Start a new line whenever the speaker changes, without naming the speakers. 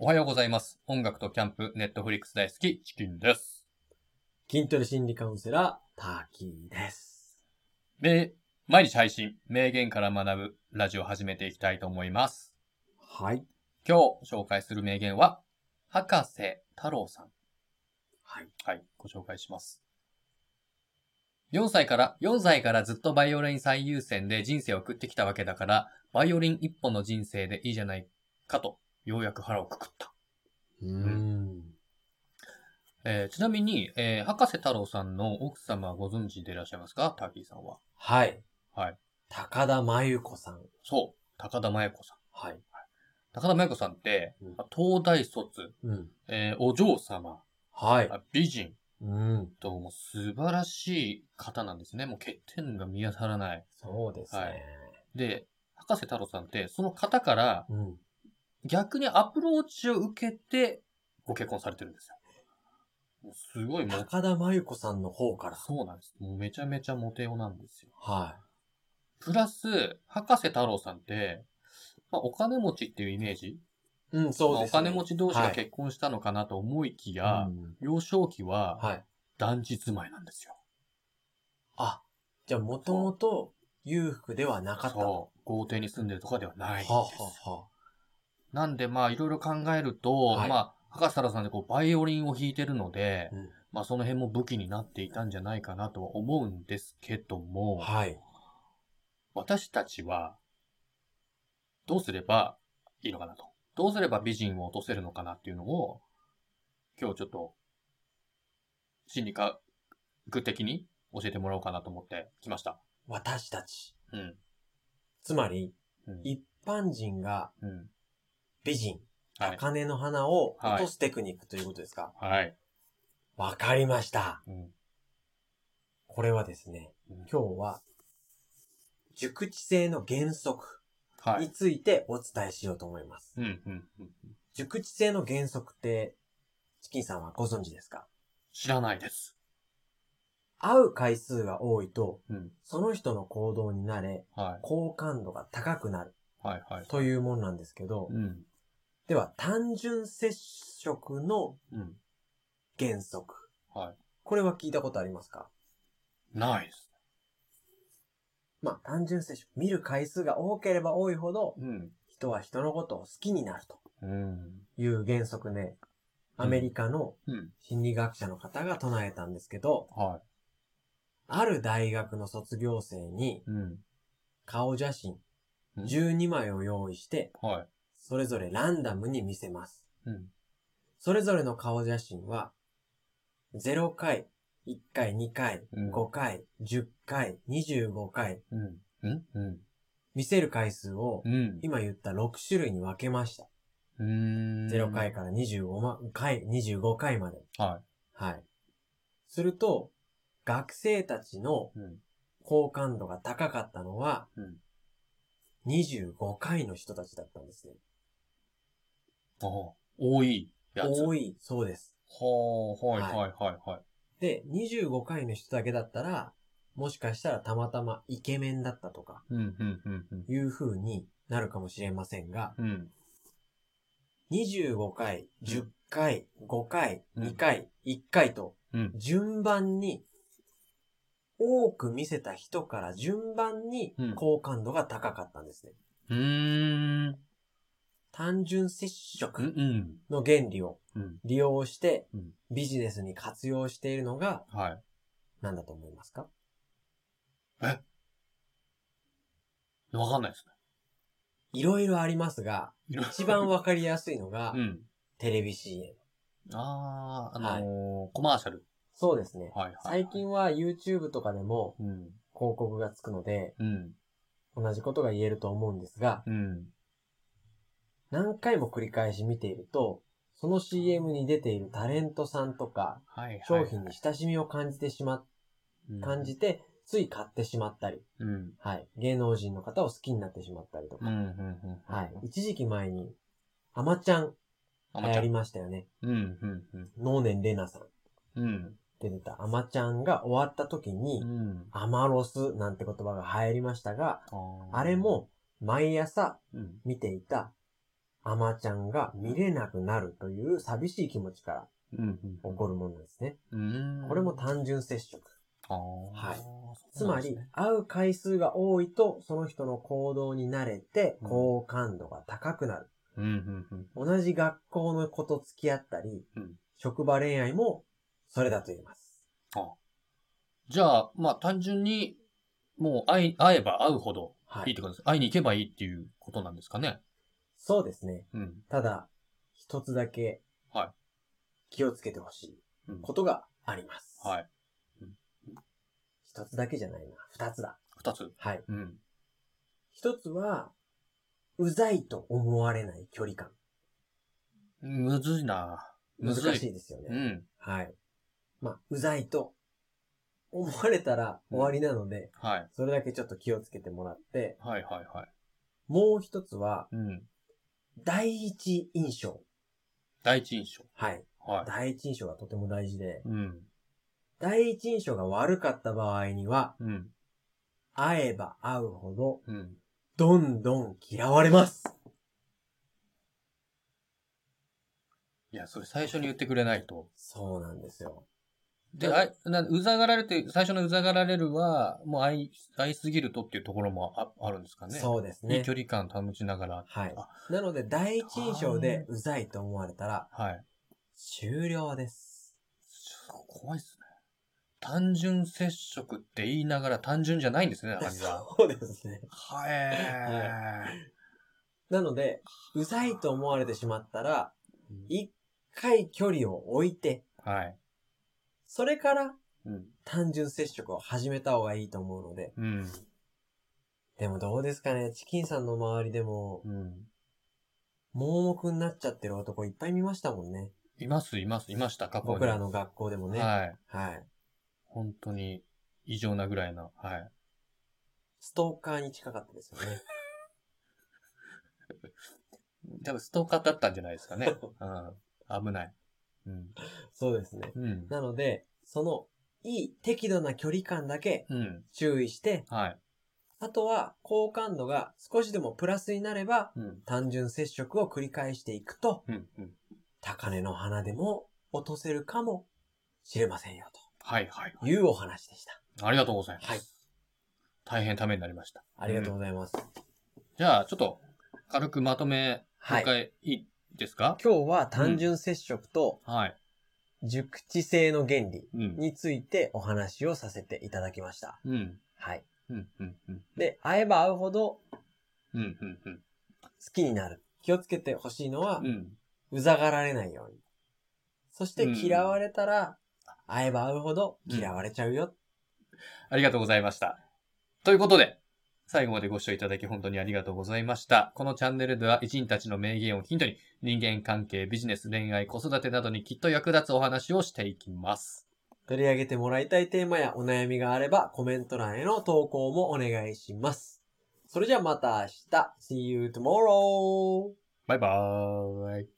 おはようございます。音楽とキャンプ、ネットフリックス大好き、チキンです。
筋トレ心理カウンセラー、ターキーです。
め、毎日配信、名言から学ぶラジオを始めていきたいと思います。
はい。
今日紹介する名言は、博士太郎さん。
はい。
はい、ご紹介します。4歳から、4歳からずっとバイオリン最優先で人生を送ってきたわけだから、バイオリン一本の人生でいいじゃないかと、ようやく腹をくくった。
うーん。
えーちなみに、えー博士太郎さんの奥様はご存知でいらっしゃいますかターキーさんは。
はい。
はい。
高田真由子さん。
そう、高田真由子さん。
はい。
高田真由子さんって
うん、
東大卒、
うん。
えーお嬢様、
はい。
あ美人
うん。
と、もう素晴らしい方なんですね。もう欠点が見当たらない。
そうですね。
はいで、博士太郎さんって、その方から
うん。
逆にアプローチを受けて、ご結婚されてるんですよ。もうすごいもう、
高田真由子さんの方から。
そうなんです。もうめちゃめちゃモテ男なんですよ。
は
プラス、博士太郎さんって、まあ、お金持ちっていうイメージ、
い。うん、そう
まあ
で
お
すね。
金持ち同士が
はい
結婚したのかなと思いきや、
うん
幼少期は
はい。
団地住まいなんですよ。
あ、じゃあもともと裕福ではなかった。は
そう。豪邸に住んでるとかではないんです。
あはあは
なんでまあいろいろ考えると、
はい
まあ、博士太郎さんでこうバイオリンを弾いてるので、
あうん
まあその辺も武器になっていたんじゃないかなとは思うんですけども、
はい。
私たちは、どうすればいいのかなと。どうすれば美人を落とせるのかなっていうのを、今日ちょっと、心理科学的に教えてもらおうかなと思って来ました。
私たち。
うん。
つまり、
うん。
一般人が
うん。
美人、
はい。
金の花を落とすテクニックということですか
はい。
わ、かりました。
うん。
これはですね、
うん
今日は、熟知性の原則
は
に
い。
ついてお伝えしようと思います。
うん、うん、うん。
熟知性の原則って、チキンさんはご存知ですか
知らないです。
会う回数が多いと、
うん。
その人の行動に慣れ、
は
好感度が高くなる
い。はい、はい。
というもんなんですけど、
うん。
では単純接触の
うん。
原則。
はい。
これは聞いたことありますか
ないです。
まあ単純接触。見る回数が多ければ多いほど、
うん。
人は人のことを好きになると
うん。
いう原則ね、アメリカの
うん。
心理学者の方が唱えたんですけど、
は
ある大学の卒業生に
い。うん。
顔写真
うん
12枚を用意して、
は
それぞれランダムに見せます。
い。うん。
それぞれの顔写真は、0回、1回、2回、
うん
5回、10回、25回、
うん。うん。うん。
見せる回数を
う、ん。
今言った6種類に分けました。
うーん。
0回から25ま回、25回まで。
は
はい。すると、学生たちの
い。うん。
好感度が高かったのは、
うん。
25回の人たちだったんですね。
ああ、多いやつ。
多い、そうです。
はあ、はい、
はい
はい、はい、はい。
で、25回の人だけだったら、もしかしたらたまたまイケメンだったとか、
うん、うん、うん、うん。
いう風になるかもしれませんが、
うん、
25回、10回、5回、
うん
2回、1回と、
うん。
順番に、多く見せた人から順番に
うん
好感度が高かったんですね。
うーん。
単純接
うん、う
触
ん。
の原理を
うん。
利用して
うん
ビジネスに活用しているのが
はい。
何だと思いますか
わかんないですね。
いろいろありますが、
いろいろ
一番わかりやすいのが
うん。
テレビ CM。
ああ、あのーコマーシャル。
そうですね。
はい、はい。
最。近は YouTube とかでも
うん。
広告がつくので
うん。
同じことが言えると思うんですが、
うん。
何回も繰り返し見ていると、その CM に出ているタレントさんとか
はい、はい。
商品に親しみを感じてしまっ、感じてつい買ってしまったり、
うん。うん。
はい。芸能人の方を好きになってしまったりと
うん、う
か、
ん、うん。
はい。一時期前に、アマちゃん
あま
流
ちゃ
行
ん。
り
うん、
ましたよね。
うん、うん。
能年玲奈さん
うん。
出てたアマちゃんが終わった時に、
うん。
アマロスなんて言葉が流行りましたが、
あー
あれ、も毎朝
うん。
見ていたアマちゃんが見れなくなるという寂しい気持ちから
うんうん。
起こるものなんですね。
うん。
これも単純接触。
あー
はいつ
そうな
ま
んです
り
ね、
会う回数が多いと、その人の行動に慣れて、
うん
好感度が高くなる。
うんうんうん。
同じ学校の子と付き合ったり、
うん
職場恋愛もそれだと言います。
じゃあ、まあ単純に、もう会い会えば会うほど
はい
い
い。
ってことです。会いに行けばいいっていうことなんですかね。
そうですね。
うん。
ただ、一つだけ
は
気をつけてほしい
うん
ことがあります。
はい。
一つだけじゃないな。二つだ。
二つ。
はい。
うん。
一つは、うざいと思われない距離感。
むずいなむ
難
ずい
しいですよね。
うん。
はい。まあ、うざいと思われたら終わりなので、
はい。
それだけちょっと気をつけてもらって、
はいはいは
もう一つは、
い。うん。
第一印象。
第一印象。
はい。
は
第一印象がとても大事で
い。、うん。
第一印象が悪かった場合には、
うん。
会えば会うほど、
うん。
どんどん嫌われます。
いや、それ最初に言ってくれないと。
そうなんですよ。
で、あいなうざがられて、最初のうざがられるは、もう愛い、愛すぎるとっていうところもああるんですかね。
そうです
いい
ね
距。離感保ちながら。
はい
あ。
なので、第一印象でうざいと思われたら、
はい。
終了です。
怖いっすね。単純接触って言いながら単純じゃないんですね、中身が。
そうですね。
はえ
なので、うざいと思われてしまったら
うん、
一回距離を置いて、
ー。はい。
それから
うん。
単純接触を始めた方がいいと思うので。
うん。
でもどうですかねチキンさんの周りでも
う、ん。
盲目になっちゃってる男いっぱい見ましたもんね。
います、います、いました、過去に。
僕らの学校でもね。
はい。
はい。
本当に異常なぐらいの。はい。
ストーカーに近かったですよね。
多分ストーカーだったんじゃないですか ね。うん。危ない。うん。
そうですね。
うん。
なので、その、いい適度な距離感だけ
うん。
注意して、
はい。
あとは好感度が少しでもプラスになれば、
うん。
単純接触を繰り返していくと、
うん。うん。
高嶺の花でも落とせるかもしれませんよ、
はい、はい。
というお話でした。
ありがとうございます。
はい。
大変ためになりました。
ありがとうございます。
じゃあ、ちょっと、軽くまとめ、もう
は
一
い。
回、いいですか
今日は単純接触と
はい。
熟知性の原理
うん。
についてお話をさせていただきました。
うん。
はい。
うん。うん。うん。
で、会えば会うほど
うん。うん。うん。
好きになる。気をつけてほしいのは
う、ん。
うざがられないように。そして
うん
嫌われたら、会えば会うほど嫌われちゃうよ。
ありがとうございました。ということで、最後までご視聴いただき本当にありがとうございました。このチャンネルでは偉人たちの名言をヒントに人間関係、ビジネス、恋愛、子育てなどにきっと役立つお話をしていきます。
取り上げてもらいたいテーマやお悩みがあればコメント欄への投稿もお願いします。それじゃあまた明日。See you tomorrow!
バイバーイ。